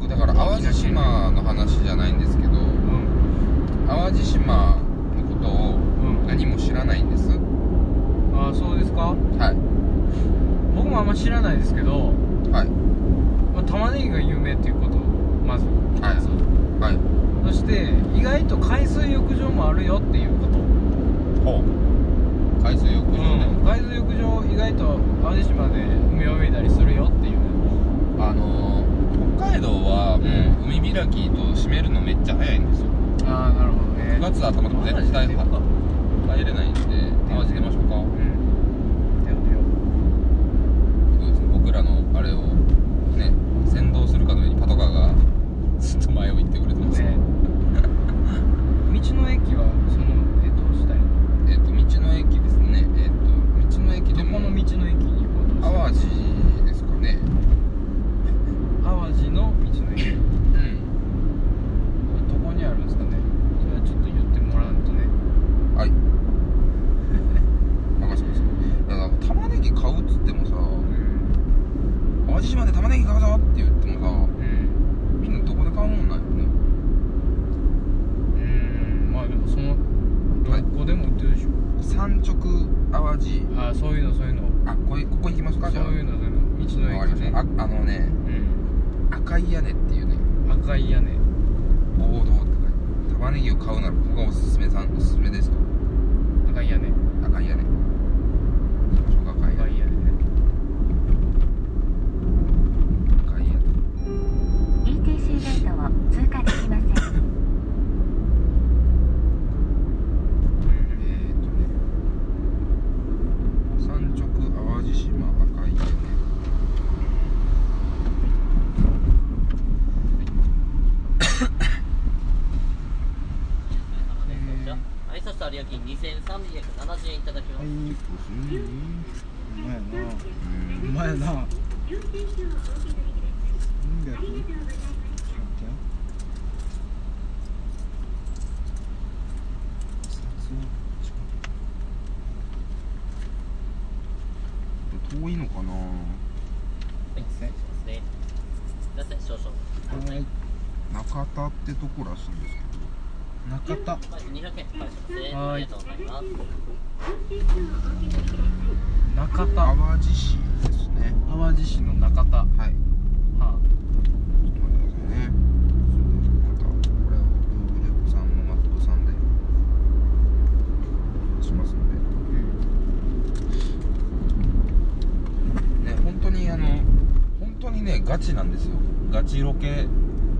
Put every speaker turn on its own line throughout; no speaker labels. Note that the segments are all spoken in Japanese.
淡路島の話じゃないんですけど
うん
淡路島のことを
うん
何も知らないんです
ああそうですか
はい
僕もあんま知らないですけど、
はい
まあ、玉ねぎが有名っていうことまず
はいはい
そして意外と海水浴場もあるよっていうこと、
ほう海水浴場ね、
海水浴場意外と淡路島で海を泳いだりするよっていう
あのー北海道はもう海開きと閉めるのめっちゃ早いんですよ
ああなるほどね
9月頭とか絶対
出ようか
入れないんで淡路出ましょうか
うん出よ
そ
う出よ
うですね僕らのあれをね先導するかのようにパトカーがずっと前を行ってくれて
う
ます、
ね 道の駅はそのえどうしたいの
えっと道の駅ですねえっと道の駅で
どこ
も
の道の駅に行こうとしてる
淡路ですかね
淡路の道の駅
うん
どこにあるんですかねそれはちょっと言ってもらうとね
はい任せますだから玉ねぎ買うっつってもさ
うん
淡路島で玉ねぎ買うぞって言ってもさ
うん
みんなどこで買うもんなんよね
うんまあでもその
はい
どこでも売ってるでしょ、
産直淡路
ああそういうのそういうの
あこれここ行きますか
そ
じゃ
ういうのそういう
あ
の
わかり
道の駅
まし
ね
たああのね
うん
赤い屋根っていうね
赤い屋根
王道って書いてある玉ねぎを買うならここがおすすめさんおすすめですか
赤い屋根
赤い屋根行きましょうか赤い屋
赤
根
い屋根ね
赤い屋根
ETC ゲートを通過できません
えー、とね産直淡路島赤い屋
アイサス有明2370円いただきます。
根
まやな
遠いのかな
はい、失礼しますね。すいません、少々。
中田ってとこらしいんですけど
中田
まず200円返しますね。
は
あ
い
りがとうございます。
中田
淡路市ですね
淡路市の中田は
はいちょっ
あ
と待ってくださいね。それでまたこれを Google さんのマップさんでしますので。ね本当にあの本当にねガチなんですよ。ガチロケ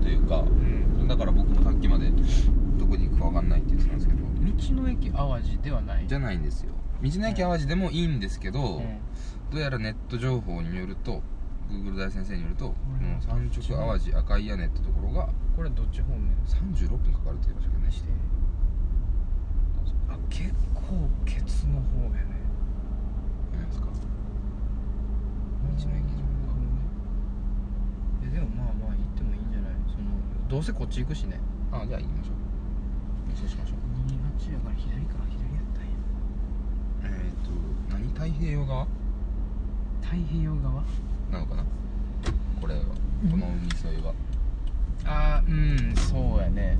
というか
うん
だから僕もさっきまでどこに行くかわかんないって言ってたんですけど
道の駅淡路ではない
じゃないんですよ。道の駅淡路でもいいんですけど、
うん
どうやらネット情報によると Google 大先生によるとこの三直淡路赤い屋根ってところが
これどっち方面
36分かかるって言いましたけどね
してあ結構ケツの方やね
何ですか
道の駅じゃないでもまあまあ行ってもいいんじゃないそのどうせこっち行くしね
あじゃあ行きましょうそうしましょう
右あっちやから左から左やったんや
えっ、と何太平洋側
太平洋側
なのかなこれはこの海沿いは
あーうんそうやね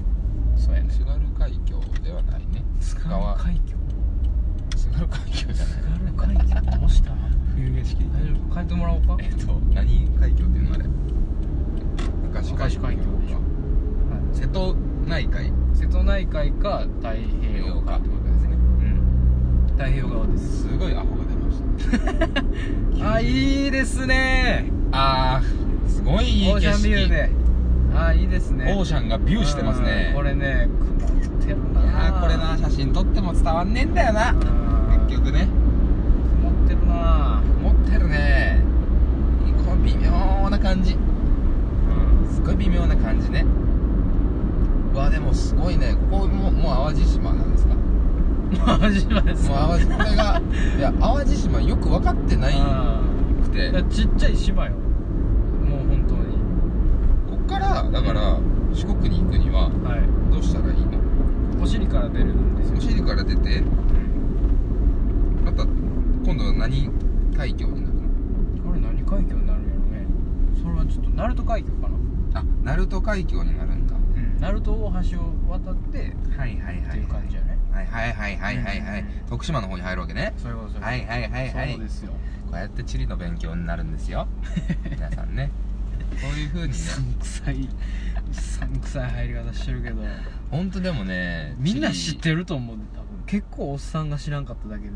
そうやね
津軽海峡ではないね
津軽
川
海峡
津軽海峡じゃ ない
津軽海峡どうした
冬景色
大丈夫変えてもらおうか
えっ、と何海峡っていうのあれ明石海峡
明石海峡でしょはい
瀬戸内海
瀬戸内海か太平洋かってことですねうん太平洋側です
すごいアホが出ました
あいいですね
あーすごいいい
オー
景色
シャンビューであいいですね
オーシャンがビューしてますね
うんこれね曇ってる
いや
な
ーこれな写真撮っても伝わんねえんだよな
うん
結局ね
曇ってるな
持ってるねこの微妙な感じすごい微妙な感じねうわでもすごいねここももう淡路島なんですかもう
マジです
淡路これが いや淡路島よく分かってない
うん
くて
いや
こ
ちっちゃい島よもう本当に
っからだから四国に行くには
はい
どうしたらいいの
お尻から出るんですよ
お尻から出てまた今度は何海峡になるの
これ何海峡になるんやろねそれはちょっと鳴門海峡かな
あ鳴門海峡になるんだ
うん、鳴門大橋を渡って
はいはい
っ
は
て
い
いう感じやね
はいはいはいはいはいはい
うん
徳島の方に入るわけね
そういうことそういうこと
はいはいはいはい
そうですよ
こうやって地理の勉強になるんですよ 皆さんねそういう風に
う
ね
さんくさいうさんくさい入り方してるけど
本当でもね
みんな知っ
る
てると思うで多分結構おっさんが知らんかっただけで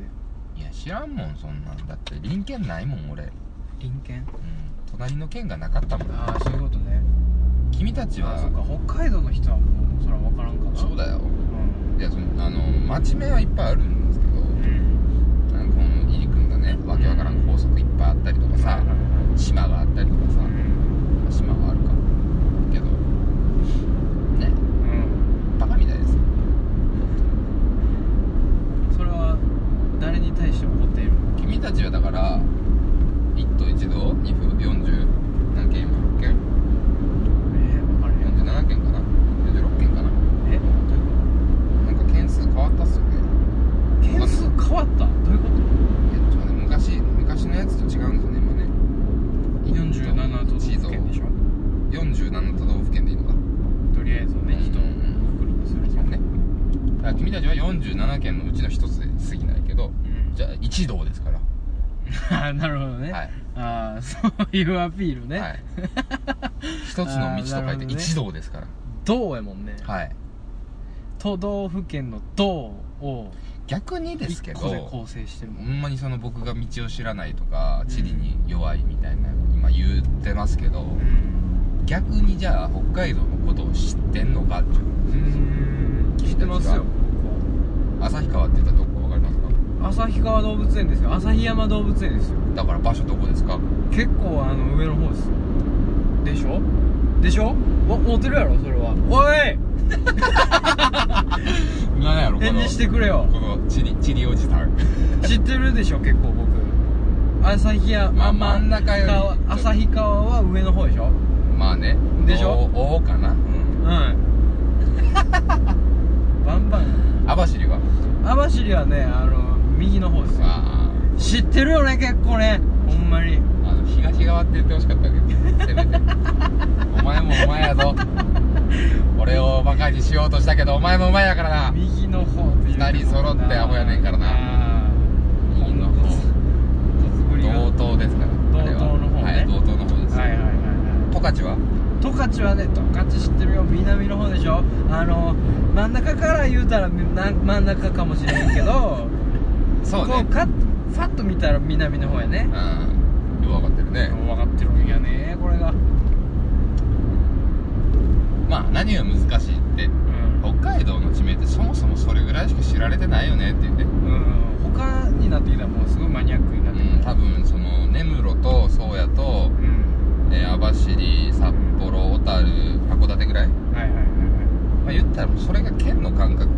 いや知らんもんそんなんだって隣県ないもん俺、うん、
隣県
隣の県がなかったもん
ああそういうことね
君たちは
あそうか北海道の人はもうそら分からんかな
そうだよ
うん
いやそのあの町名はいっぱいあるんですけどなんかこの入り組んだねわけわからん法則いっぱいあったりとかさ島があったりとかさ島があるかけどね
うん
バカみたいですよ
それは誰に対して怒っているの
君たちはだから一都一道二府40何件今6件
え分からへん
47件かな46件かな
えどういう
な
こ
んか件数変わったっすよね
と件数変わったどういうこ
いやちょっとね昔昔のやつと違うんですよね今ね
と47都道府県でしょ
47都道府県でいいのか
とりあえずね人をくりにする
そ
ぞ
うねだから君たちは47県のうちの一つで過ぎないけどじゃあ一道ですから
あ なるほどね、
はい
ああそういうアピールね、
はい一つの道と
あーな
書い
るほど
て
ね
一道ですから、
道やもんね、
はい
都道府県の道を
逆にですけ
一
ど
個で構成してるも
ほ
ん、
んまにその僕が道を知らないとか地理に弱いみたいな今言ってますけど逆にじゃあ北海道のことを知ってんのかっていう
うん知ってますよこ
旭川って言ったらどこか分かりますか
こ旭川動物園ですよ旭山動物園ですよ
だから場所どこですか
結構あの上の方ですよでしょでしょわ持てるやろそれはおい
何やろ
返事してくれよ
この地理地理おじさん
知ってるでしょ結構僕旭山、
まあ真ん中より
川旭川は上の方でしょ
まあね
でしょ
おおかな
うん バンバン
網走は
網走はねあの右の方ですよ
あ
知ってるよね結構ねほんまに
ああの東側って言ってほしかったけどせめてお前もお前や ぞ俺をバカにしようとしたけどお前もお前やからな
右の方っていう
二人揃ってアホやねんからな
あー
右の方
ポツぶりが
同
は
等ですから
同等の方ね
あれははい同等の方で
い
す
はいはいは
十勝はい
十勝はね十勝知ってるよ南の方でしょあの真ん中から言うたらな真ん中かもしれんけど
そうね
こうかファッと見たら南の方やね
うんよく分かってるね
分かってるんやねこれが
まあ何が難しいって北海道の地名ってそもそもそれぐらいしか知られてないよねって言って
うん他になってきたらもうすごいマニアックになってく
うん
る
多分その根室と宗谷と、
うん
えー網走札幌小樽函館ぐらい、ま
はいはいはいは
あ、言ったらもうそれが県の感覚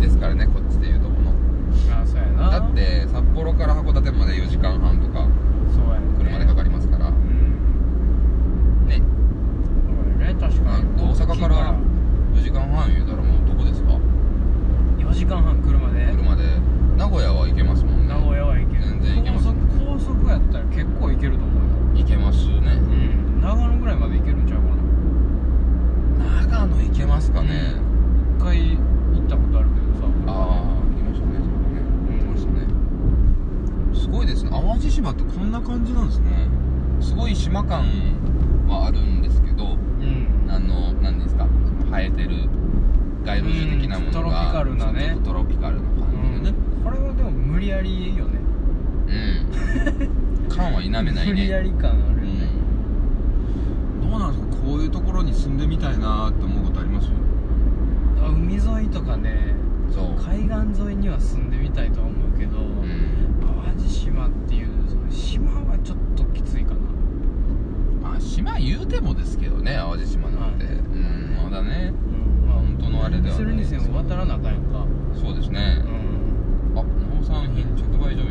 ですからねこっちで言うとこの
いああそうやな
だって札幌から函館まで4時間半とか
そうやね
車でかかりますから
うんそうだよ
ね
ね確かに
うん大阪から4時間半言うたらもうどこですか
4時間半車で
車で名古屋は行けますもんね
名古屋は行ける
全然行けます
高速高速やったら結構行けると思うよ
行けますね
うん長野ぐらいまで行けるんちゃうかな
長野行けますかね、
一回行ったことあるけどさ
ああ行きましたねそこね
う
行
ん
きましたねすごいですね淡路島ってこんな感じなんですねすごい島感はあるんですけど
うん
あの何ですかその生えてる街路樹的なものが、
うんトロピカルなね
ちょっとトロピカルな感じのね
これはでも無理やりいいよね
うん、感は否めないね
無理やり感あ
う
るよね
んどうなんですかこういうところに住んでみたいなって思うことあります
あ海沿いとかね
そう
海岸沿いには住んでみたいとは思うけど
うん
淡路島っていうその島はちょっときついかな
まあ島言うてもですけどね淡路島なんて、
はい
うんまだね
うんまあ
本当のあれでは
それにせよ渡らなあかんやんか
そうですね
う、ん
あ農産品直売所みたいなのいっ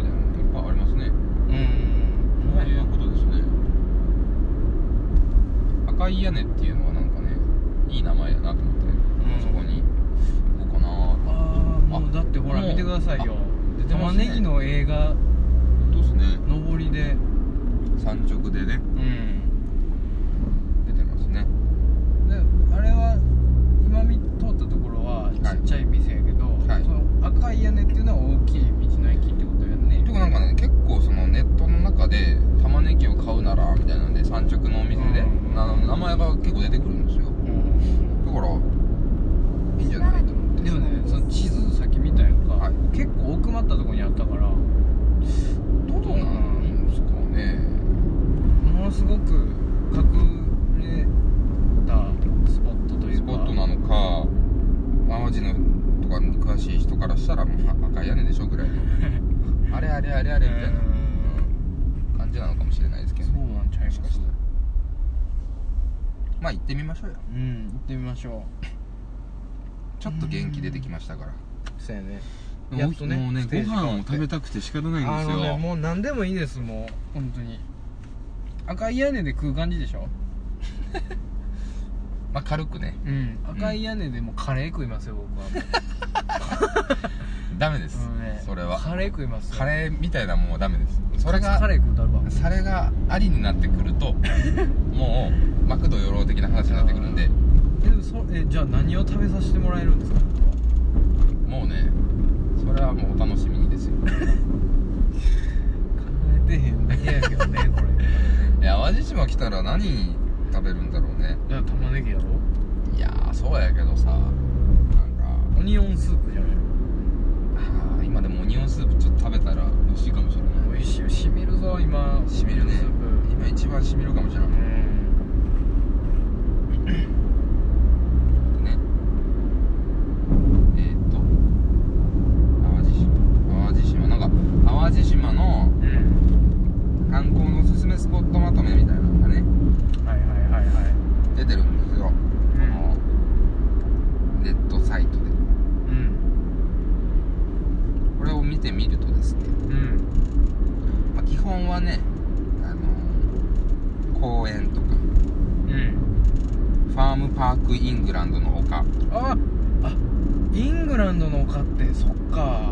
ぱいありますね
うん
そういうことですね赤い屋根っていうのはなんかねいい名前やなと思って、
ん
そこに行こうかな
ああもうだってほら
もう
見てくださいよ
出てま
玉
すね
ねぎの映画
どうですね
上りで
山直でね
うん
出てますね
う
が結構出てくるんですよだからいいんじゃないと思って
でもねその地図さっき見たやんか、
はい
結構奥まったとこにあったからも
どうなんですかね
のすごく隠れたスポットというか
スポットなのか淡路のとかに詳しい人からしたらもう赤い屋根でしょぐらい のあれあれあれあれみたいな
うん
うん感じなのかもしれないですけど
そう
ね
なんちゃいま
もしかし
す
たらまあ行ってみましょうよ
うん行ってみましょ
ちょっと元気出てきましたから
うそうやね
もう
やっとね
もうね
ス
ご
テージ変
飯
わって
を食べたくて仕方ないん
あ
です
の
よ、
ねもう何でもいいですもう本当に赤い屋根で食う感じでしょ
まあ軽くね
うん赤い屋根でもうカレー食いますよ僕はも
ダメです、
う、うんね
それは
カレー食いますよ
カレーみたいなもんはダメですそれが
カレー食うたるわ
それがありになってくる ともうマクド養老的な話になってくるんで
でもそえじゃあ何を食べさせてもらえるんですか
もうねそれはもうお楽しみにですよ
考えてへんだけやけどねこれ
いや淡路島来たら何食べるんだろうね
じゃあ玉ねぎやろ
いやーそうやけどさなんか
オニオンスープじゃない
あー今でもオニオンスープちょっと食べたら美味しいかもしれない
美味しいしみるぞ今
しみるね
スープ
今一番しみるかもしれない
うん
ねえーっと淡路島淡路島なんか淡路島の
うん
観光のおすすめスポットまとめみたいなのがね
はいはいはいはい
出てるんですよこ
うん
のネットサイトで
うん
これを見てみるとですね、
うん
まあ、基本はねあの公園とか
うん
ファームパークイングランドの丘
ああイングランドの丘ってそっか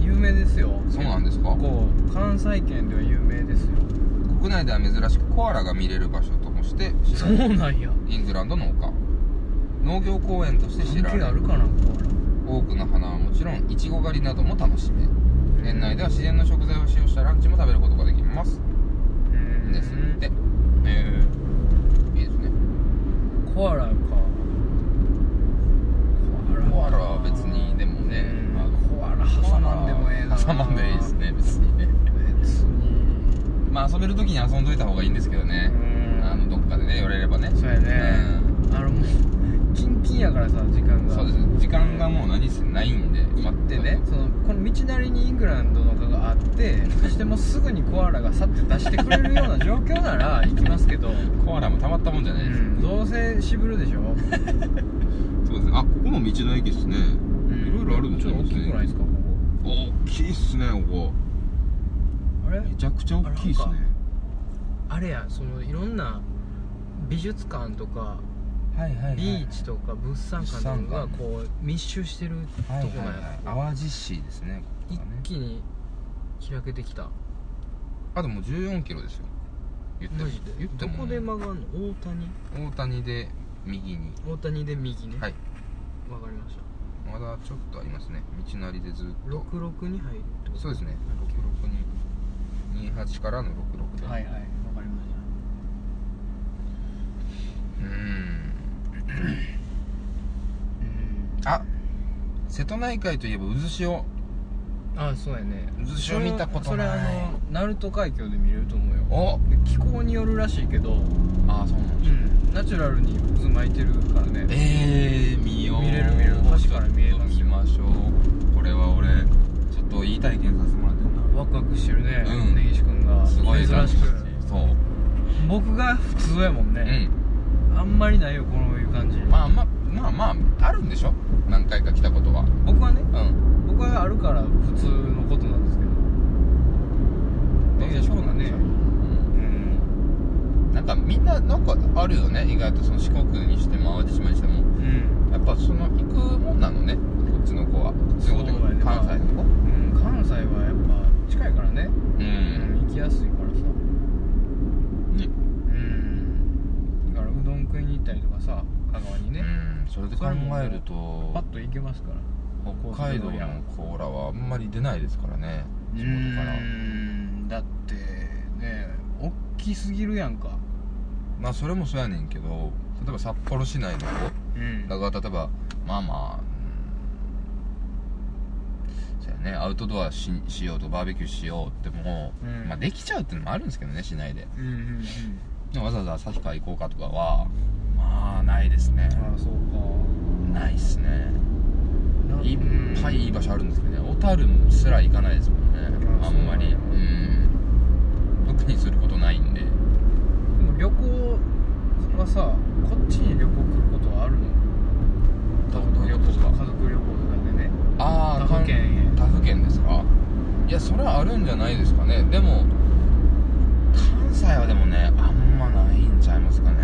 有名ですよ
そうなんですか
ここ関西圏では有名ですよ
国内では珍しくコアラが見れる場所ともして知られ
そうなんや
イングランドの丘農業公園として知
関
られ
係あ
る
るかなコアラ
多くの花はもちろんいちご狩りなども楽しめ園内では自然の食材を使用したランチも食べることができます
うん
ですってへえいいですね
コアラか
コアラは別にでもね
うん
あの
コアラ挟まんでもええな
挟まんでいいですね別にね
別に
まあ遊べる時に遊んどいた方がいいんですけどね
うん
あのどっかでね寄れればね
そうやねあの もうキンキンやからさ時間
うん
が
そうですね時間がもう何せないんで
行ってねそのこの道なりにイングランドの丘があってそしてもうすぐにコアラが去って出してくれるような状況な ら行きますけど、
コアラもたまったもんじゃ
う
ないです
ん、どうせ渋るでしょ、
そうですねあここも道の駅ですね
うん
いろいろあるんです
ちょ
ね
っと大きくないですかこ
大きいっすねこ
こあれ
こめちゃくちゃ大きいっすね
ああれやそのいろんな美術館とか
はいはい
ビーチとか物産館とかがこう密集してるとこ
はい
なん
はい
や、
はい淡路市ですねここ
一
はね
気に開けてきた
あともう1 4キロですよ言っても
マジで
言って
ど
も
こで曲がんの大谷
大谷で右に
大谷で右ね
はい
わかりまし
ま
た
だちょっとありますね道なりでずっと
66に入るってこと
そうですね66に28からの66で
はいわかりまし
うーん
た
あ瀬戸内海といえば渦潮
うんあそうやね
渦潮見たこと
それ
ない
はそれあの鳴門海峡で見れると思うよ
お
で気候によるらしいけど、
ああそうなんだ
うん、ナチュラルに渦巻いてるからね
ええー、見よう
見れる見れる橋から見え
ちょ
ます
っと見ましょうこれは俺ちょっといい体験させてもらってんな
ワクワクしてるね、
うん
根岸君が
すごい
珍しく
そう
僕が普通やもん
う
ね、
ん
あんまりないよこういう感じ
まあまあまあまああるんでしょ何回か来たことは
僕はね
うん
僕はあるから普通のことなんですけど
どうせそうなんでしょ、うん
うん
なんかみんななんかあるよね意外とその四国にしても淡路島にしても
うん、
やっぱその行くもんなのねこっちの子はこっちの子という
そうだね
か関西の子
うん、関西はやっぱ近いからね、
う
うん、
ん
行きやすいからさうんだからうどん食いに行ったりとかさ香川に
う
ね、
んそれで考えると
パッと行けますから
北海道のコーラはあんまり出ないですからね地元から
うんだってね大きすぎるやんか
まあそれもそうやねんけど例えば札幌市内の子
うん
だから例えばまあまあうんそうやねアウトドアししようとバーベキューしようってもう、
うん
まあできちゃうっていうのもあるんですけどね市内で
うんうんうん
わざわざ旭川行こうかとかはまあないですね
ああそう
ないっすね
か
いっぱいいい場所あるんですけどね小樽すら行かないですもんね
あ
あんまり
そううなん
ん特にすることないんで
でも旅行がさこっちに旅行来ることはあるの
家族旅行と
家
か
族旅行とかでね
ああ
他府県へ
他府県ですかいやそれはあるんじゃないですかねでも関西はでもねあんまないんちゃいますかね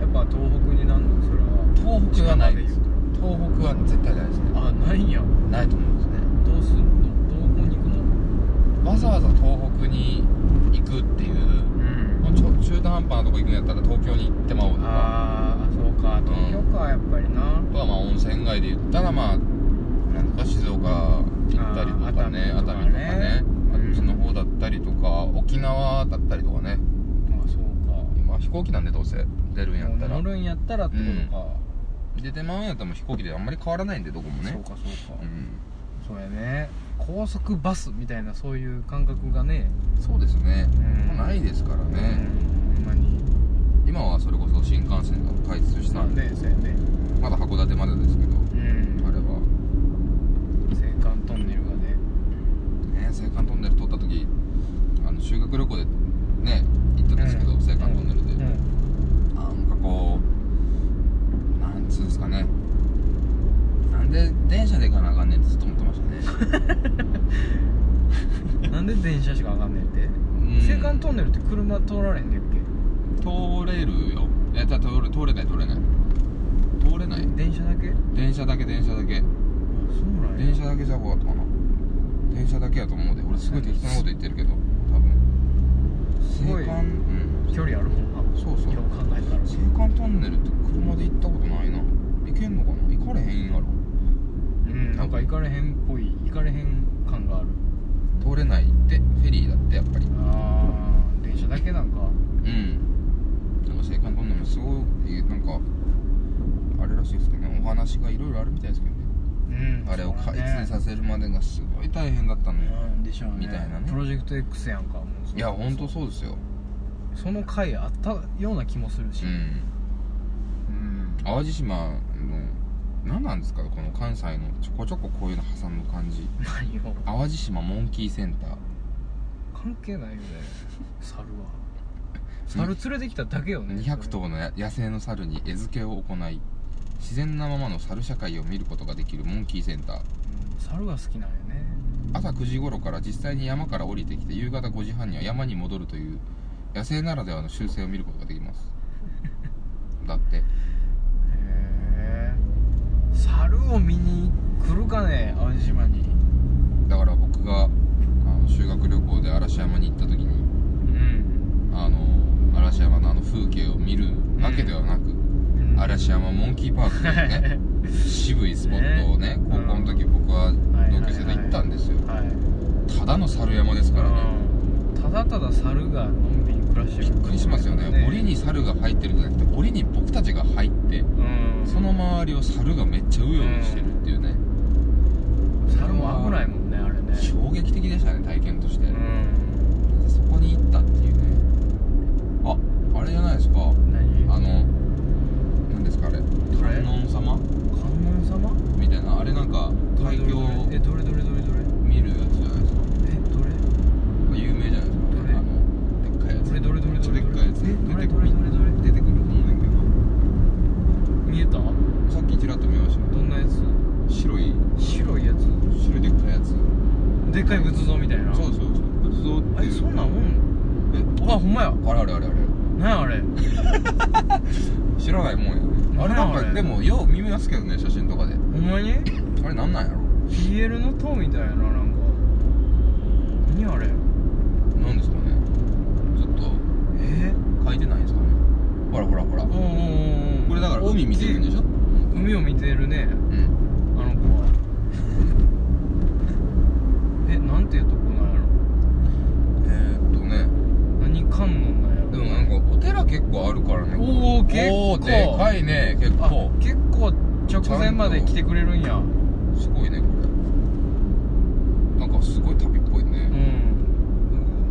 やっぱ東北になんのそれは
東北はないです
近場で
東北は絶対ないです
言う
ね
とあないんや
ないと思うんですね
どうすんのどこに行くの
わざわざ東北に行くっていう
うん
もうちょ中途半端なとこ行くんやったら東京に行ってまおうとか
ああそうか東京かやっぱりな
あとはまあ温泉街で言ったらまあなんか静岡行ったりとかね
あー
熱海とかね
熱海とかね
あっちの方だったりとか沖縄だったりとかね
あそうか
今飛行機なんでどうせ出るんやったら
乗るんやったらってことか、
出てまうんやったらもう飛行機であんまり変わらないんでどこもね
そうかそうか、
うん、
そうやね高速バスみたいなそういう感覚がね、
そうですね
うん
ないですから
うん、
ね
ほんまに
今はそれこそ新幹線が開通したんで
ねそうやね
まだ函館までですけど
うん
あれは
青函トンネルがね
ね青函トンネル通った時あの修学旅行でね行ったんですけど、
うん
青函トンネルで、
うん
なんかこうなんつうんですかねなんで電車で行かなあかんねんってずっと思ってました ね
なんで電車しか上がんねんって、青函トンネルって車通られへんねんっ
通れるよいやた通れ通れない通れない通れない
け電車だけあ
電車だけ電車だけ
そうなんや
電車だけじゃなかったかな電車だけやと思うで俺すごい適当なこと言ってるけど多分
すごい
青函うん
距離あるもんな
そうそう
よう考えたら
青函トンネルって車で行ったことないな行けんのかな行かれへんやろ
うんなんか行かれへんっぽい行かれへん感がある
通れないってフェリーだってやっぱり
あー電車だけなんか
うんなんか青函トンネルすごいなんかあれらしいですけどねお話がいろいろあるみたいですけどね
うん
あれを開通
せ
させるまでがすごい大変だったのよ
でしょうね
みたいなね
プロジェクト X やんかもうそ
いや本当そうですよ
その回あったような気もするし
うん
うん
淡路島の何なんですかこの関西のちょこちょここういうの挟む感じ
何を
淡路島モンキーセンター
関係ない よね猿は 猿連れてきただけよね
200頭のや野生の猿に餌付けを行い自然なままの猿社会を見ることができるモンキーセンター
うん猿が好きなんよね
朝9時頃から実際に山から降りてきて夕方5時半には山に戻るという野生ならではの習性を見ることができ ますだって
へえ猿を見に来るかね淡路島に
だから僕があの修学旅行で嵐山に行った時に
うん
あの嵐山のあの風景を見るわけではなく、嵐山モンキーパー クというね渋いスポットをね
ね
高校の時僕は
はい
同級生と行ったんですよ
はい
ただの猿山ですからね
うんただただ猿がのんびり暮らして
び
る
っくりしますよね檻に猿が入ってるんじゃなくて檻に僕たちが入って
うん
その周りを猿がめっちゃうようにしてるっていうね
猿も危ないもんねあれね
衝撃的でしたね体験として
うん
そこに行ったっていうねああれじゃないですか
何
あの何ですかあれ観音様
観音様
みたいなあれなんか海峡を
えどれどれどれどれ
見るやつじゃないですか
えどれ
有名じゃないですか
どれ
あのでっかいやつ
どれどれどれどれ
でっかいやつ
えどれど
出
れ
て
ど
く
れどれ
出てくると思うねんだ
見えたど
けどさっきちらっと見ました
んなやつ
白い
白いやつ
白いでっかいやつ
でっかい仏像みたいな
そうそうそう仏像って
あれそんなんおん
え
のあほんまや
あれあれあれあれ
なんやあれ
知らないもんやあれなん
なんやあ
か
れ
でもよう見ますけどね写真とかで
ほんまに
あれなんなんやろ
BL の塔みたいななんか何あ
な
れ
んですかねちょっと
え
書いてないんですかねほらほらほら
おーおーおー
これだから海見てるんでしょ
海を見てるね
うん
あの子はえなんていうとこなんやろ
えー、っとね
何観音なんやろ
でもなんかお寺結構あるからね
おお結構
おーでかいね結
あ
構
結構直前まで来てくれるんや
すごいねこれなんかすごい旅っぽいね、
うん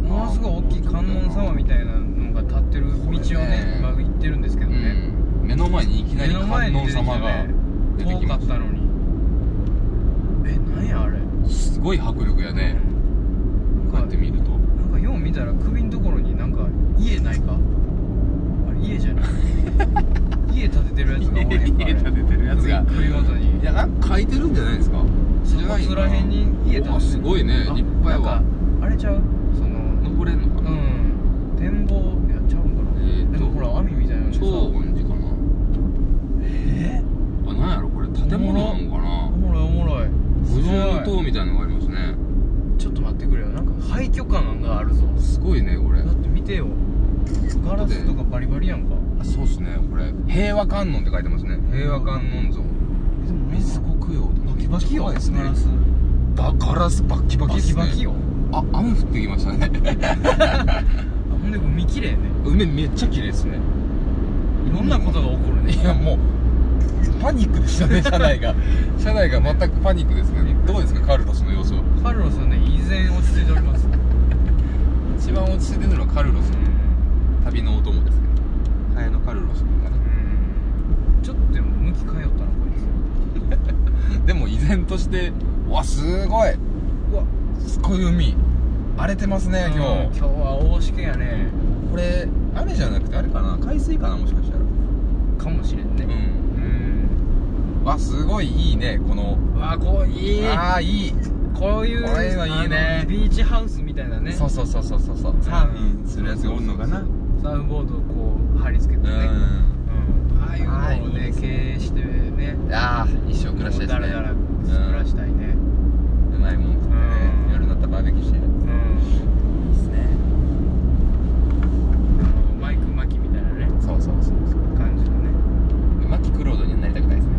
ものすごい大きい観音様みたいなのが立ってる道をね今行ってるんですけど
う
ね、
ん目の前にいきなり
目の前
観音
に出てきた
様が
ね
出て
遠
き
か
ま
っ
した
のにえなんやあれ
たすごい迫力やね、
うん
こうやって見ると
なんかよう見たら首のところになんか家ないかあれ家じ ゃない家建ててるやつがおれへんかあれ
てる
首元に
いやなんか書いてるんじゃないですか
そこら辺に家建てて
うわ
る
すごいね
あ
立派やわ
なんかあれちゃうその
登れんのか
う
な、え
ん展望やっちゃうんかな
ー
で
と
もほら網みたいなのさ
超音寺かな
え
あなんやろこれ建物なのか
ーお
な
もろいおもろい
五重
すご
塔みたいなのがありますね
いちょっと待ってくれよなんか廃墟感があるぞ
すごいねこれ
だって見てよガラスとかバリバリやんか
あそうっすねこれ平和観音って書いてますね平和観音像
でも
水国用
バキバキよ
怖いですね
ガラス
バガラスバッキバ
バ
キっ
キ
すね
バキよ
あ雨降ってきました ね
あほんで海綺麗ね
海めっちゃ綺麗ですね
いろんなことが起こるね
いやもうパニックでした ね車内が車内が全くパニックですねどうですかカルロスの様子は
カルロスはね依然落ち着いております
一番落ち着いてるのはカルロスの旅のお供ですけどハエのカルロス君がね
ちょっとでも向き変えよったなこいつ
でも依然としてうわすごいうわすごい海荒れてますね今
今日
日、
は大しけやね
これ雨じゃなくてあれかな海水かなもしかしたら
かもしれんね
ん
うん
わすごいいいねこの
うわこういい
ああいい
こういう
これはいいね
あのビーチハウスみたいなね
そうそうそうそうそうそう
サーフィン
うんするやつがおんのかな
サーフボードをこう貼り付け
う
てね
ん
うんああいうの
ああ
を
いい
ね
です
経営してね
ああ一生暮らしたいですね
だらだら暮らしたいね
うんうまいもん食ってね
うん
夜になったらバーベキューしてい
うん
いですね
あのマイク巻きみたいなね
そうそうそうそう
感じのね
マキクロードにはなりたくないです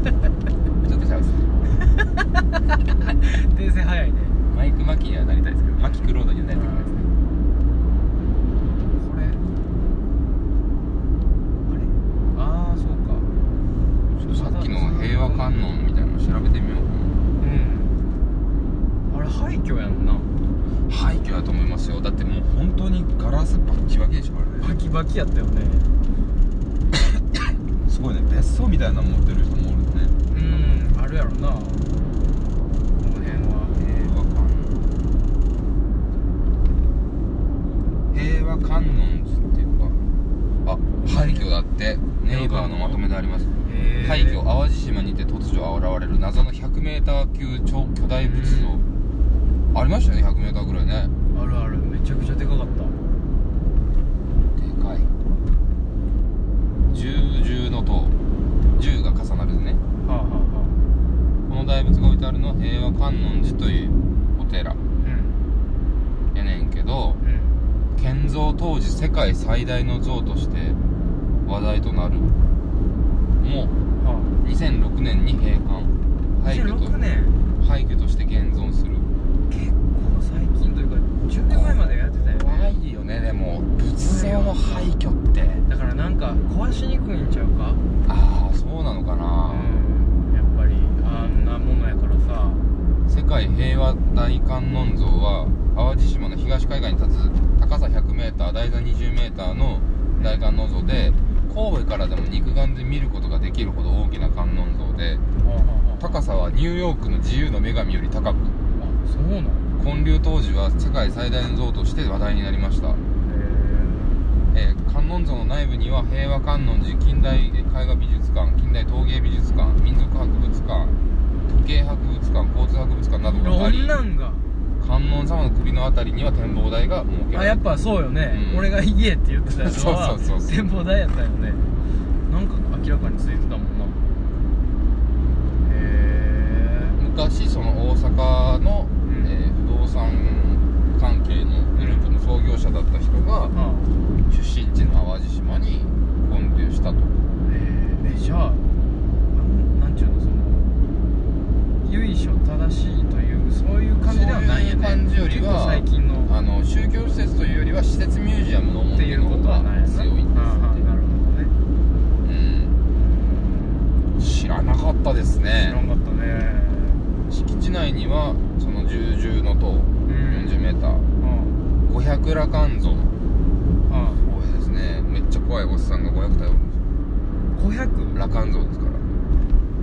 ねちょっとちゃうっす
訂正早いね
マイクマキにはなりたいですけどマキクロードにはなりたくないですね
これあれああそうか
そうさっきの平和観音みたいなの調べてみようか
うんあれ廃墟やんな
な廃墟だと思いますよだってもう本当にガラスバッキバキでしょあれ
バキバキやったよね
すごいね別荘みたいなの持ってる人もおるね
うんあるやろなこの辺は
平和観音平和観音図っていうかあ廃墟だってネイバーのまとめであります
へえ
廃墟淡路島にて突如現れる謎の 100m 級超巨大仏像
う
ありましたよね 100m ぐらいね
あるあるめちゃくちゃでかかった
でかい十重の塔十が重なるね
はあはあは
この大仏が置いてあるのは平和観音寺というお寺
あうん
やねんけど
うん
建造当時世界最大の像として話題となるも
は
う2006年に閉館
あ
廃墟
2006
と
年
廃墟として現存する
結構最近というか10年前までやってたよ
怖
ね
いよねでも仏像の廃墟って
だからなんか壊しにくいんちゃうか
ああそうなのかな、
うんやっぱりあんなものやからさ
世界平和大観音像は淡路島の東海岸に立つ高さ 100m 台座 20m の大観音像で神戸からでも肉眼で見ることができるほど大きな観音像で高さはニューヨークの自由の女神より高く
あそうなの
建立当時は世界最大の像として話題になりました、えー観音像の内部には平和観音寺近代絵画美術館近代陶芸美術館民族博物館時計博物館交通博物館など
い
が
ろ
あり
んなんが
観音様の首のあたりには展望台が設けら
あ
れ
や
る
っぱそうよね、
うん
俺が家って言ってたやつは
そうそうそうそう
展望台やったよねなんか明らかについてたもんなへ
昔その大阪の、
うん
えー不動産関係のグループの創業者だった人が
えあ
出身地の淡路島に建立したと
えーえじゃああのなんちゅうのその由緒正しいというそういう感じではないよね
そういう感じよりは
結構最近の
あの宗教施設というよりは施設ミュージアムのも
っていうことはない
強いんで前にはその十重の塔
うん
40m
うん
五百羅漢像
うん
怖いですねめっちゃ怖いおっさんが500体おるんで
500
す羅漢像ですから
う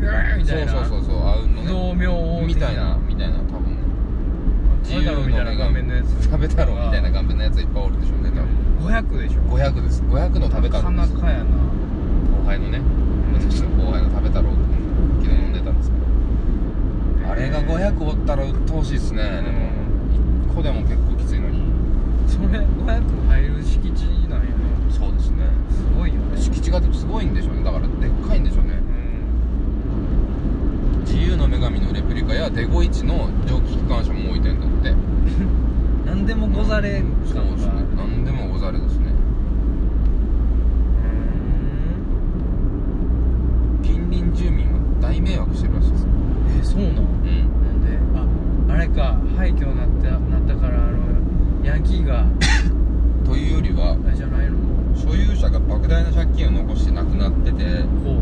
わーみたいな
そうそうそうそうあうんのね
道明王
み
的
たいなみたいな多分
食べ太郎みたいな顔面のやつ
食べ太郎みたいな顔面のやついっぱいおるでしょうね多分
500でしょ
500です500の食べ太
なか
郎
な
です
かやな
後輩のね私の後輩の食べ太郎君昨日飲んでたんですけどあれが500おったら鬱陶しいっすねでも1個でも結構きついのに
それ500入る敷地なんやな
そうですね
すごいよね
敷地がすごいんでしょうねだからでっかいんでしょうね
うん
自由の女神のレプリカやデゴイチの蒸気機関車も置いてんだって
何でもござれ感
そう
が
ですね何でもござれですね
うん
近隣住民は大迷惑してるらしいですよ
えそうなん
うん
なんでああれか廃墟になったなったからあのヤンキーが
というよりは
あれじゃないの
所有者が莫大な借金を残して亡くなってて
こ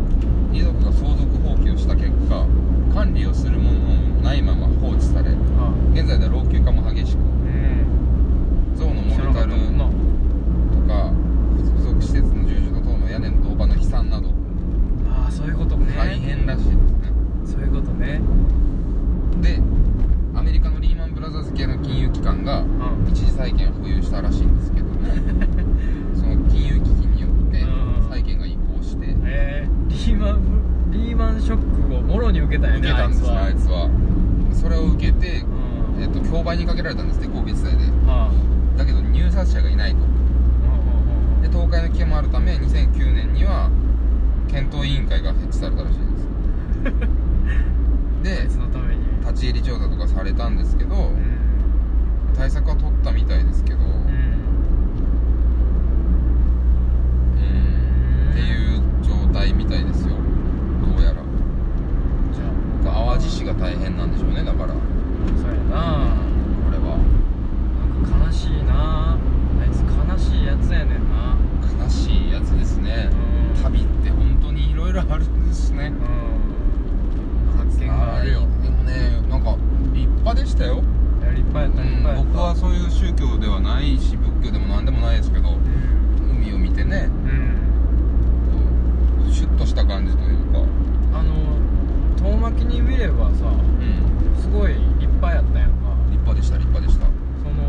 遺族が相続放棄をした結果管理をするものもないまま放置され
うあ
現在では老朽化も激しく
うん
象のモルタルと
知らなかったもん
か付属施設の住所の塔の屋根の銅板の飛散など
なああそういうことね
大変らしいですね
そういうことね
でアメリカのリーマン・ブラザーズ系の金融機関が
うん
一時債権を保有したらしいんです けどもその金融危機によって
うん
債権が移行して
えー、リーマンリーマンショックをもろに受けたんや
受
ね
けたんですねあ
あい
い
つは
つはそれを受けて
う、ん
えっと競売にかけられたんですって神戸地裁で
ああ
だけど入札者がいないと
うんうん
で倒壊の危険もあるため2009年には検討委員会が設置されたらしい
あい
で
つ
すで
のために
立ち入り調査とかされたんですけど
うん
対策は取ったみたいですけど
うん
うんっていう状態みたいですよどうやら
じゃあ
淡路市が大変なんでしょうねだからこ
そうやな
れは
なんか悲しいなあいつ悲しいやつやねんな
悲しいやつですね
うん
旅って本当にいろいろあるんですね
うん発見があるよ
はいでもねなんか立派でしたよ、
いや立派やっ
う
た立
ん、
派やった
僕はそういう宗教ではないし仏教でも何でもないですけど
うん
海を見てね
うん
こうシュッとした感じというか
あの遠巻きに見ればさ
うん
すごい立派やったやんか
立派でした立派でした
その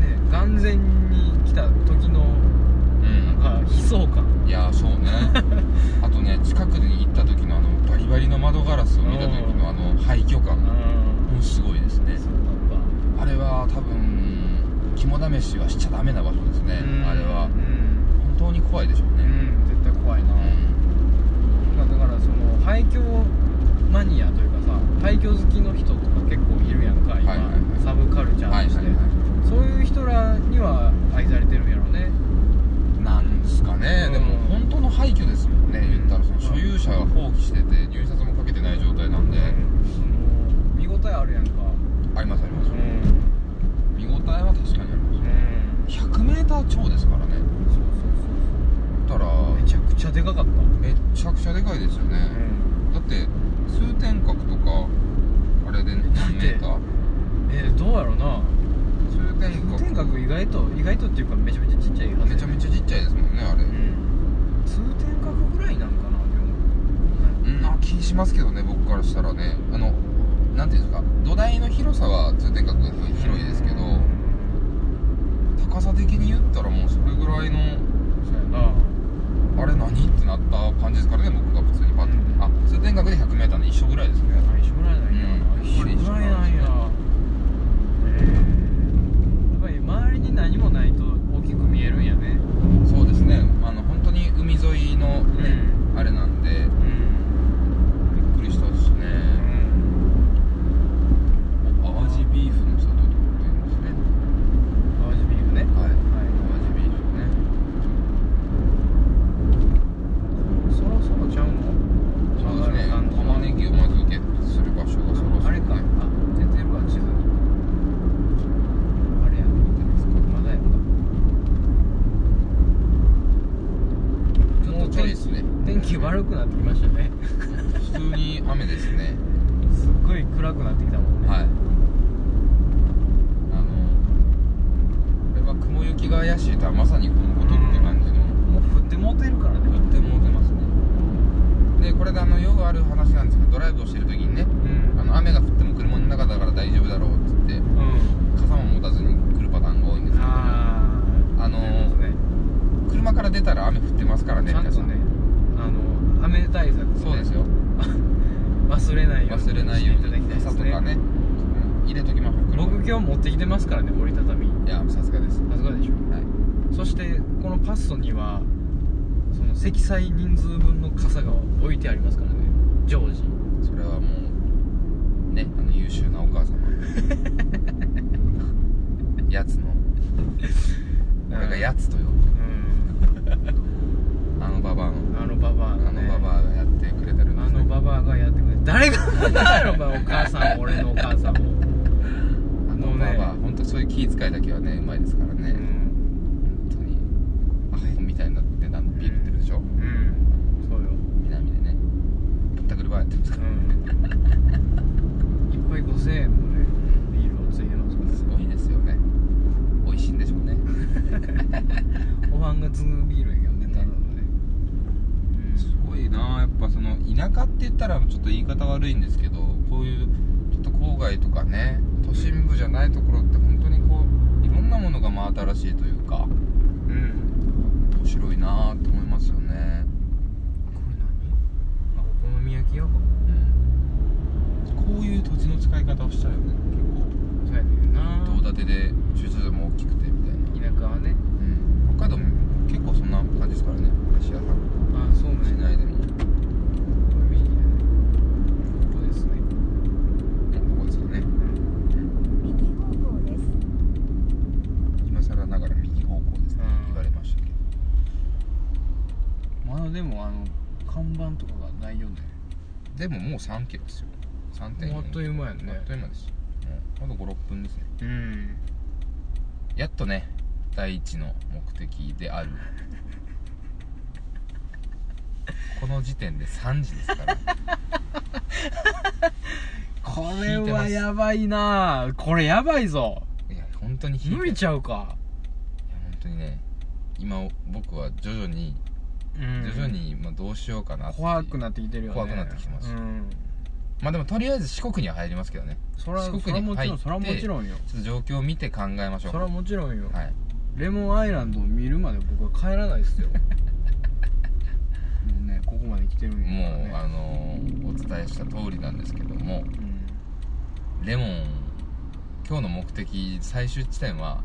ね眼前に来た時の
うん
なんか悲壮感
いやーそう ねあとね近くに行った時のあのバリバリの窓ガラスを見た時のあの廃墟
う
感
ん
もすごいですね
そうだ
あ
っ
れは多分肝試しはしちゃダメな場所ですね
たうん
あれは
うん
本当に怖いでしょう
う
ね
ん絶対怖いな
うん
まあだからその廃墟マニアというかさ廃墟好きの人とか結構いるやんか今、
はいはいはい
サブカルチャーとして、
はいはいはい
そういう人らには愛されてるんやろね
なんですかね
うん
でも本当の廃墟ですもんね言ったらその所有者が放棄してて入札もかけてない状態なんで
その見応えあるやんか
ありますあります
ん
見応えは確かにあります 100m 超ですからね
そうそう
だ
そう
ったら
そうめちゃくちゃでかかった
めっちゃくちゃでかいですよね、だって通天閣とかあれで何メーター
えー、どうやろうな
通天閣
とにかく意外と意外とっていうかめちゃめちゃちっちゃいはず
めちゃめ
ち
ちゃちっちゃいですもんねあれ
ゃうん通天閣ぐらいなんかなでも
うんな気しますけどね僕からしたらねあのなんていうんですか土台の広さは通天閣が広いですけど高さ的に言ったらもうそれぐらいの
そうやな
あれ何ってなった感じですからね僕が普通にパッと見てあ通天閣で 100m の一緒ぐらいですね
あ一緒ぐらいなんや
うん
一緒ぐらいなんやえーやっぱり周りに何もないと大きく見えるんやね
そうですねあの本当に海沿いのね、あれなんで
うん
びっくりしたですね、淡路ビーフの里とかって言うんですね
淡路ビーフね
はい
は
淡路ビーフね
いそろそろちゃうの
そうですね
あの
玉ねぎをまず受けする場所がそろそろ、ね、
あれかあ出てるわ地図にあれやね見てますかまだやった
ちょっとちょいですね
天気悪くなってきましたね
普通に雨ですね
すっごい暗くなってきたもんね、
はいあのこれは雲行きが怪しいとはまさにこのことって感じの
もう降ってもうてるからね
売ってもうてますねでこれであのよくある話なんですけどドライブをしてる時にね
うん
あの雨が降っても車の中だから大丈夫だろうっつって
うん
傘も持たずに来るパターンが多いんですけど
ああ
あのー
ね
車から出たら雨降ってますからね
ちゃん
皆
と
さん
ねあの雨対策、ね、
そうですよ
忘れないように
忘れないように
してただ
傘
き
と
たいです
か
ね
ね入れときましょう車
僕今日持ってきてますからね折りたたみ
いやさすがです
さすがでしょ
はい
そしてこのパッソにはその積載人数分の傘が置いてありますからね常時
それはもうねあの優秀なお母 様やつの俺がやつと呼ぶ
うん
あのババアの
あのババ
あ
アがね
のババアがやってくれてるんで
あ
すね
のババアがやってくれて誰がババアやろお前お母さん俺のお母さんも、
あのババア本当そういう気遣いだけはねうまいですから
う
ね、
ん
本当にアホみたいになってなんかビール売ってるでしょ
うんそうよ
南でねぼったくりバーやってますか
う
ら、
ん1杯5000円のねビールをついてますからね
すごいですよね美味しいんでしょうね
おばんがズービールやけどねただのね
すごいなやっぱその
田舎って言ったらちょっと言い方悪いんですけどこういうちょっと郊外とかね都心部じゃないところって本当にこういろんなものが真新しいというか
うん、うん、
面白いなって思いますよね、
これ何あお好み焼き屋か
こういう土地の使い方をしちゃうよね
そうやねんな
うん、同建てで駐車場も大きくてみたいな
田舎はね
うん、北海道も結構そんな感じですからね飯屋さん
あそうね
市内でも
海にねここですね
どこですかね
右方向です。
今更ながら右方向ですね
うん
言われましたけど
まだでもあの看板とかがないよね
でももう3キロですよ3.4
もうあっという間やね
あっという間ですよもうまだ56分ですね
うん
やっとね第一の目的で あるこの時点で3時です から
こ
れ
れ
は
は
や
やばいなこれやばいぞ
いや本当に引いて
無理ちゃうか
いや本当にね今僕は徐々に
う
徐々に、まあ、どうしようかなっていう
怖くなってきてるよね
怖くなってきてます
うん
まあでもとりあえず四国には入りますけどね
そら
四
そ
国に
らも
入
ちろ
っ
ん
て
そらもちろんよ
ちょっと状況を見て考えましょう
そらもちろんよ、
はい
レモンアイランドを見るまで僕は帰らない ですよもうねここまで来てるんやから
も
ね
うあのーお伝えした通りなんですけども
うん
レモン今日の目的最終地点は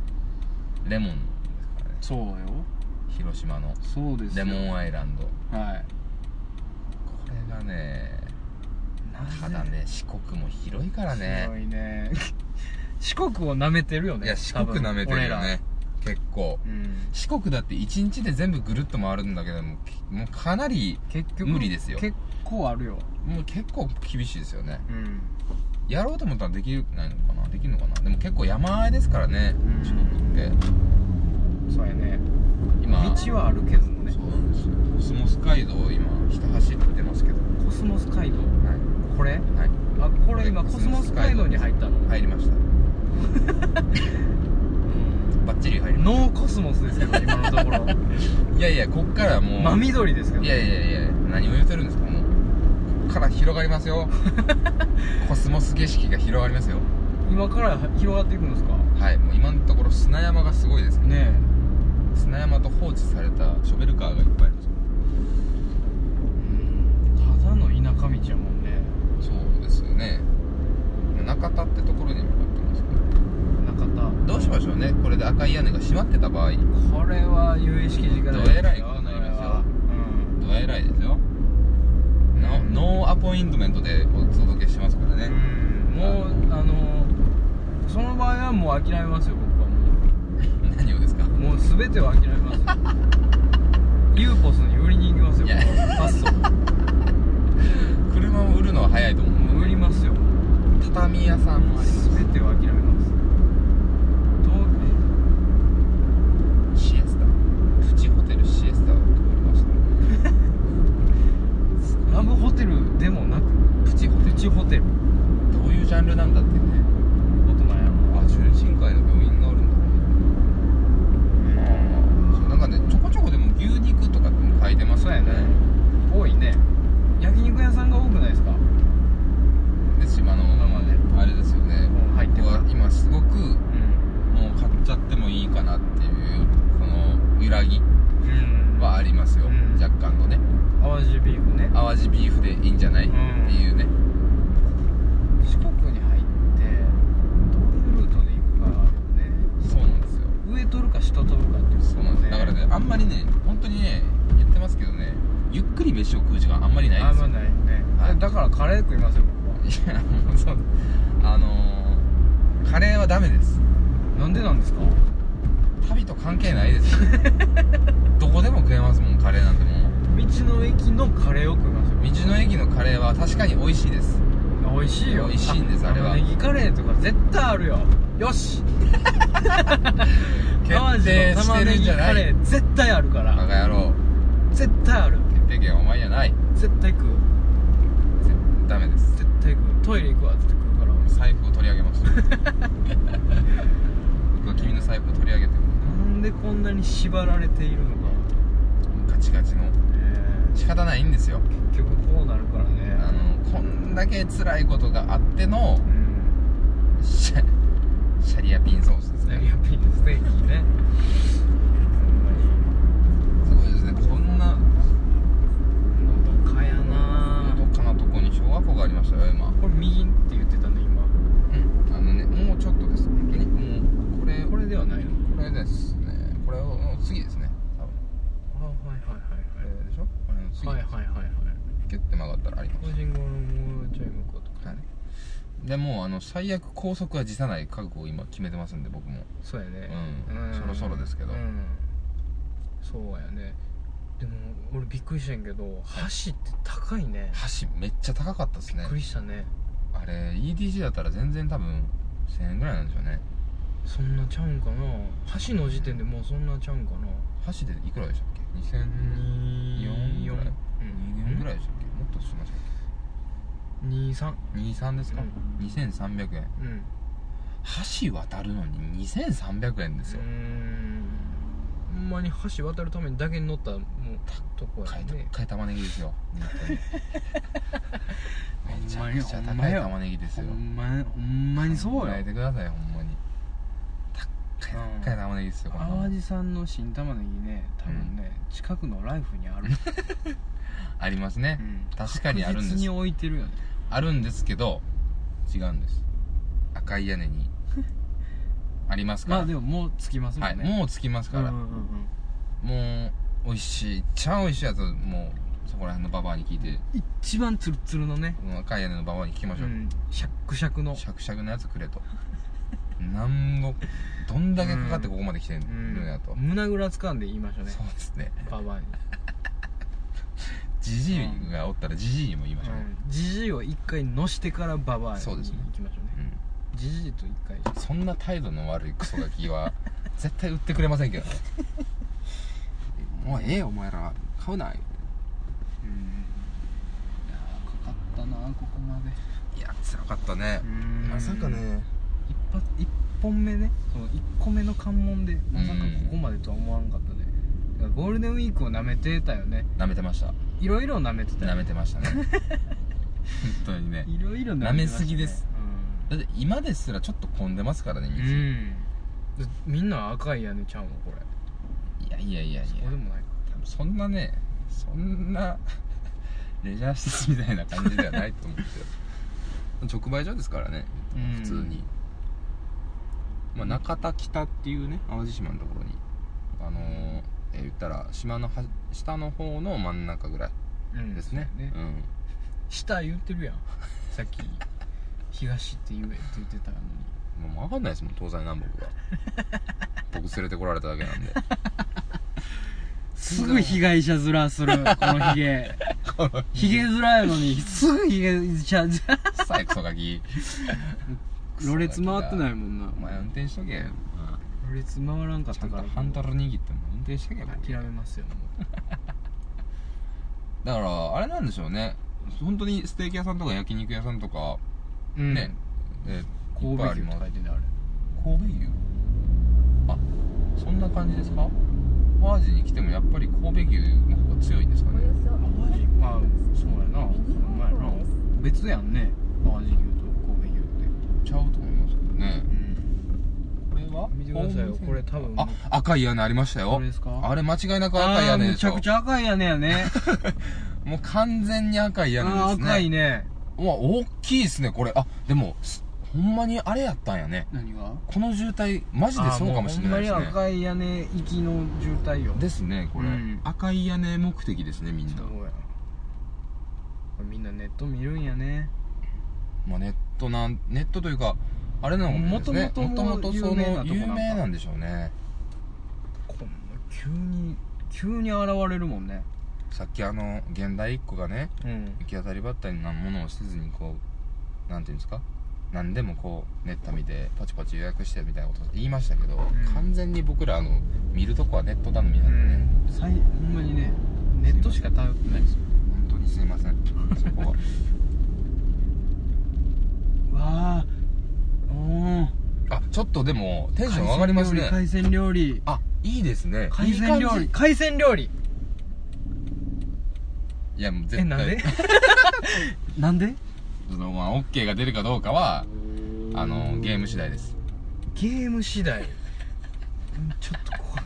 レモンですからね
そうよ
広島の
そうです
レ
よ
モンアイランドこ
はい
れがね
なぜ
ただね四国も広いからね
強いね 四国を舐めてるよね
いや四国なめてるよね結構
多分俺らうん
四国だって1日で全部ぐるっと回るんだけどもきもうかなり
結局
無理ですよ
結構あるよ
もう結構厳しいですよね
うん
やろうと思ったらできないのかなできるのかなでも結構山あいですからね
うん
四国って
そうやね
今
道はあるけどもね
そうなんですよコスモス街道を今ひた走ってますけど
コスモス街道
は
こ
い
れ
はい
あこれ今コスモス街道に入ったの
入りましたバッチリ入りまし
ノーコスモスですけど今の ところ
たいやいやこっからもう
真緑ですけど
いやいやいや何を言ってるんですかもうこっから広がります よコスモス景色が広がりますよ
今から広がっていくんですか
はいもう今のところ砂山がすごいですね
ね
砂山と放置された
ショベルカーがいっぱいいるんですよ
えただの田舎道やもんね
そうですよね中田ってところに向かってますけ
中田
どどうしましょうねこれで赤い屋根が閉まってた場合
これは有意識時間
どえらいことになりますよどえらいですよノノーアポイントメントでお届けしてますから
う
ね
んもうあのその場合はもう諦めますよ僕はも
何をですか
うもう全てを諦め ますよユーポスに売りに行きますよ
いや
僕はパッ
車を売るのは早いと
ソ
思う
売ります よ
畳屋さんもあります
全てを諦めますどう
シエスタプチホテルシエスタを通りました
ラブホテルでもなく
プチ
チホテル
チホテル
どういうジャンルなんだってね
あとなんやろ
あ純真会の病院があるん
そうなんかねちょこちょこでも牛肉とかっても書いてます
そう
よ
やね
ね
多いね焼肉屋さんが多くないですか
で島のままであれですよね
入って
僕
る
は今すごく
うん
もう買っちゃってもいいかなっていうその揺らぎ
うん
はありますよ、
うん
若干のね
淡路ビーフね
淡路ビーフでいいんじゃない、
うん
っていうね
四国に入ってどういうルートで行くかよね
そうなんですよ
上取るか下取るかっていう
そうなんです、だからねあんまりね本当にね言ってますけどねゆっくり飯を食う時間あんまりないん
あ
で
ん
す
ま
よ
ないね、
はい
だからカレー食いますよ僕はい
やもうそうあのー、カレーはダメです
なんでなんですか
旅と関係ない ですよどこでも食えますもんカレーなんてもう
道の駅のカレーを食いますよ
道の駅のカレーは確かに美味しいです
あ美味しいよ
美味しいんですあれは
ネギカレーとか絶対あるよ よし
決定してるんじゃな
玉ねぎカレ
い
ー絶対あるか
バ
ら
カ野郎
絶対ある
決定権はお前じゃない
絶対食う
絶ダメです
絶対食うトイレ行くわって食うから
財布を取り上げま した僕は君の財布を取り上げても
なんでこんなに縛られているのか、
ガチガチの仕方ないんですよ
結局こうなるからね
あのこんだけ辛いことがあっての
うん
シャシャリアピンソースです
つな
ね
ぎハッピーステーキねほんまに
すごいですねこんな
のどかやな
のどかなとこに小学校がありましたよ今
これ右って言ってたね今
うんあのねもうちょっとです本当にもうこれ
これではないの
これですねこれをの次ですね多分
あはいはい
これでしょこれの次、
はいはいはいはいはいはい
キュッて曲がったらあります
個人号のもうちょい向こうとか
はいでもうあの最悪高速は辞さない覚悟を今決めてますんで僕も
そうやね
うんそろそろですけど
うんそうやねでも俺びっくりしたんやけど橋って高いね
橋めっちゃ高かったです
び
ね
っくりしたね
あれ EDG だったら全然多分1000円ぐらいなんでしょうね
そんなちゃうんかな橋の時点でもうそんなちゃうんかな
橋でいくらでしたっけ2004
24
ぐらい
うん
24ぐらいでしたっけもっとしましたっ
23
け23ですか、2300円
うん
橋渡るのに2300円ですよ
うー、んほんまに橋渡るためにだけに乗ったもうとこや
買えた
ね
買え玉ねぎですよ本当にめちゃくち
ほ
ゃ
んま
高い
よ
玉ねぎですよ
まほんまにそう
考え
よ
てくださいほんまに高い高い玉ねぎですよこんなも
淡
ん
路さんの新玉ねぎね多分ね、近くのライフにある、
ありますね、確かにあるんです
確実に置いてるよね
あるんですけど違うんです赤い屋根にありますか
まあ
ら、
でももう着きますも
はい
んね、
もう着きますから、
うんうんうん
もう美味しい一番美味しいやつもうそこら辺のババアに聞いて
うん、一番ツルツルのね、
この赤い屋根のババアに聞きまし
う
ょう、
ん、シャックシャクの
しゃくしゃくのやつくれとなんのどんだけかかってここまで来てるのやと、
うん胸ぐらつかんで言いましたね
そうですね
ババアに
ジジイがおったらジジイにも言いましょうね、
じじいを一回乗してからババアに
そう
行
ですね
きましょう
う
ね
ん
じじいと一回
そんな態度の悪いクソガキは絶対売ってくれませんけ どねもうええよお前ら買うなよ
うんいやーかかったなここまで
いや辛かったね
ま一発一本目ねその1個目の関門でまさかここまでとは思わんかったねだからゴールデンウィークをなめてたよね
舐めてました
いろいろなめてた
舐
よ
めてま したね本当にね
いろいろ
舐めすぎですだって今ですらちょっと混んでますからね
うん、う
水、
ん、だみんな赤い屋根ちゃうんこれ
いやいやいやいや
そうでもないか
多分そんなねそんな レジャー施設みたいな感じではないと思うんですよ直売所ですからね
うん
普通に、まあ、中田北っていうね淡路島のところにあのーえー言ったら島のは下の方の真ん中ぐらい
うん
ですね,、
そうや
うん、
下言ってるやんさっき東って言えって言ってたのに
もう分かんないですもん東西南北が 僕連れてこられただけなんで
すぐ被害者面するこのヒ ゲヒゲ面やのにすぐヒゲ者
さあクソガキ
ろれつ回ってない
い
もんな
お前運転しとけよ
ろれつ回らんかっ
ちゃ
た
ん
か
と
ら
ハンドル握っても運転しとけよ
諦めますよもう
だからあれなんでしょうね本当にステーキ屋さんとか焼肉屋さんとか、
うん
ね、えーい
神
っ
戸
ぱいあり
牛って
ます
書いてんねあ
神戸牛あそんな感じですか淡路に来てもやっぱり神戸牛の方が強いんですか
お
ね
よそ
れ淡路まあそうやな
右
お前や
方
な
向です
別やんね淡路牛と神戸牛って
ちゃうと思いますけどねこれは
見てくださいよこれ多分
あ赤い屋根ありました
こ
よ
れですか
あれ間違いなく赤い屋根でし
あー
ょ
むちゃくちゃ赤い屋根やね
もう完全に赤い屋根
あ
です
ー
ね
赤いね
うわ大きいですねこれあでもすほんまにあれやったんやね
何が
この渋滞マジでそうかもしれないです
あーもうほんま
ね
に赤い屋根行きの渋滞よ
ですねこれ、
うん
赤い屋根目的ですねみんな
そうやみんなネット見るんやね
まあ、ネットなんネットというかあれなのかもしれないですね
元々も
元々その有
有名なとこなんか
名なんでしょうね
こんな急に急に現れるもんね
さっきあの現代一個がね
うん
行き当たりばったりなものをせずにこうなんていうんですか何でもこうネット見てパチパチ予約してみたいなこと言いましたけど、
ん
完全に僕らあの見るとこはネット頼みなんでね、
さいほんまにねネットしか頼ってないですよ
本当にすいませんそこは
わあおお
あちょっとでもテンション上がりますね
海鮮料理
あいいですね
海鮮料
いい
理
感
海鮮料理
じいやもう絶
え
対
なんで なんで
そのまあ OK が出るかどうかはあのゲーム次第です
ゲーム次第ちょっと怖い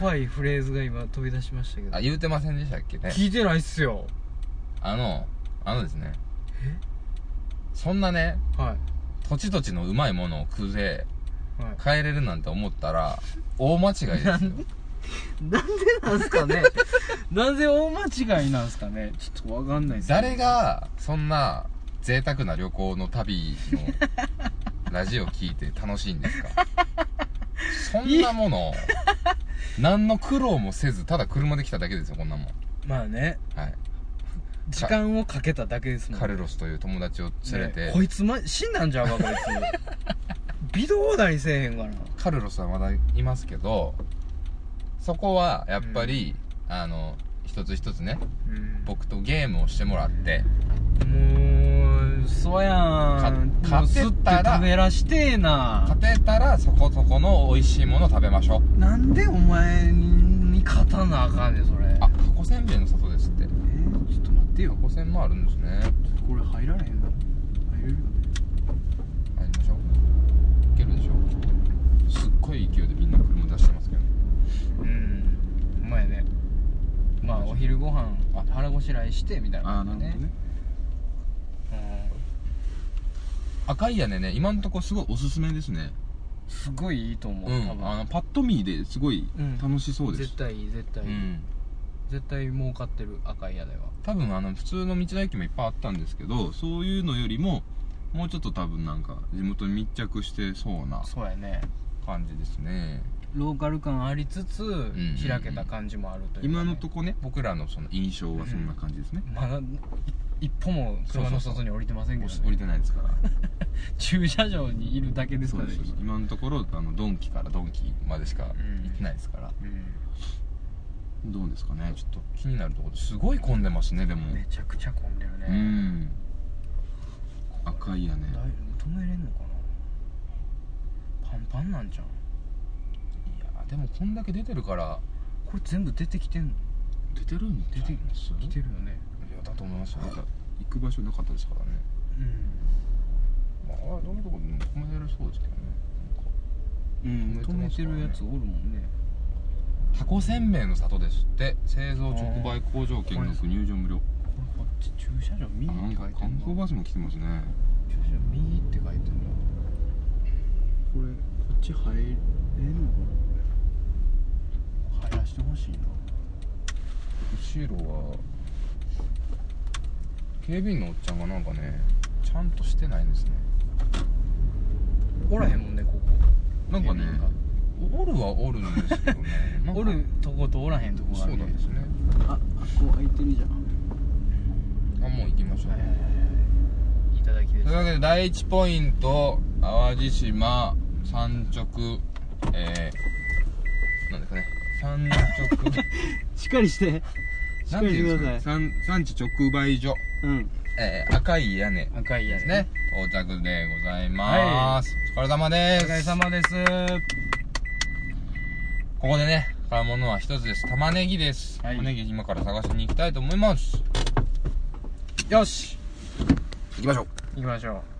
怖いフレーズが今飛び出しましたけど
あ言うてませんでしたっけね
聞いてないっすよ
あのあのですねそんなね
は
土地土地のうまいものを食うて
いは
帰
い
れるなんて思ったら大間違いですよ
なんでなんすかね なんで大間違いなんすかねちょっとわかんないっすね
誰がそんな贅沢な旅行の旅のラジオ聞いて楽しいん ですかそんなもの何の苦労もせずただ車で来ただけですよこんなもん
まあね
はい
時間をかけただけですもん
カルロスという友達を連れて、
ねこいつ、ま、死んだんちゃうかこいつ微動だにせえへんから
カルロスはまだいますけどそこはやっぱり、あの一つ一つね
うん
僕とゲームをしてもらって
もうそうやん
か
もう
勝てたら
吸って食べらしてえな
勝てたらそこそこの美味しいものを食べましょう
なんでお前に勝たなあかんねんそれ
あタコせんべいの里ですって
えーちょっと待って
タ
よ
コせんもあるんですね
ちょっとこれ入られへんの入れるよね
入りましょういけるでしょうすっごい勢いでみんな車出してますけどね
うんうまいねまあお昼ご飯
あ
腹ごしらえしてみたいな感じね
赤い屋根ね今のところすごいおすすめですね
うんすごいいいと思う、
うん
多分
あのパッと見ですごい
うん
楽しそうです
絶、対いい絶対いい、
うん
絶対儲かってる赤い屋台は
多分あの普通の道の駅もいっぱいあったんですけどそういうのよりももうちょっと多分なんか地元に密着してそうな
そうやね
感じですね
ローカル感ありつつ、
んうん
開けた感じもあるというかね、
今のとこね僕らのその印象はそんな感じですね、
まだい一歩も車の
そうそうそ
外
う
に降りてませんけど、ね、
降りてないですから
駐車場にいるだけです
そう
から
ですそうです今のところあのドンキからドンキまでしか行ってないですから、
うん
どうですかねちょっと気になるところすごい混んでますねでも
めちゃくちゃ混んでるね、
うん赤い屋根
だい止めれんのかなパンパンなんじゃん
いやでもこんだけ出てるから
これ全部出てきてんの
出てるん出てます
来てるよね
いやだと思いますよだって行く場所なかったですからね
う
まあどのとこでも止めれるそうですけどねなんか止
ん止
め
め
てます
て
からね
るやつおるもんね
タコせんべいの里ですって製造直売工場見学入場無料
これこっち駐車場右
あ
っ
な
て書
ん
いて
か
る
観光バスも来てますね
駐車場右って書いてるなこれこっち入れんのかな入らしてほしいな
後ろは警備員のおっちゃんがなんかねちゃんとしてないんですね
おらへんもんねここ
なんかね
警備員が
おるはおるんですけど ねなんか
おるとことおらへんとこがあ
そう
る
なんですね
あこう開いてるじゃん
あもう行きましょう、
はいはいはいはいいただきで
と
す
いうわけで第1ポイント淡路島山直えー、なんですかね山直
しっかりして
なんていうんですかね山産地直売所
うん
えー赤い屋根
赤いや
ですね到着でございます、お疲れ様
お
です
疲れ様です
ここでね買うものは一つです玉ねぎです、
はい
玉ねぎ今から探しに行きたいと思います
よし
行きましょう
行きましょう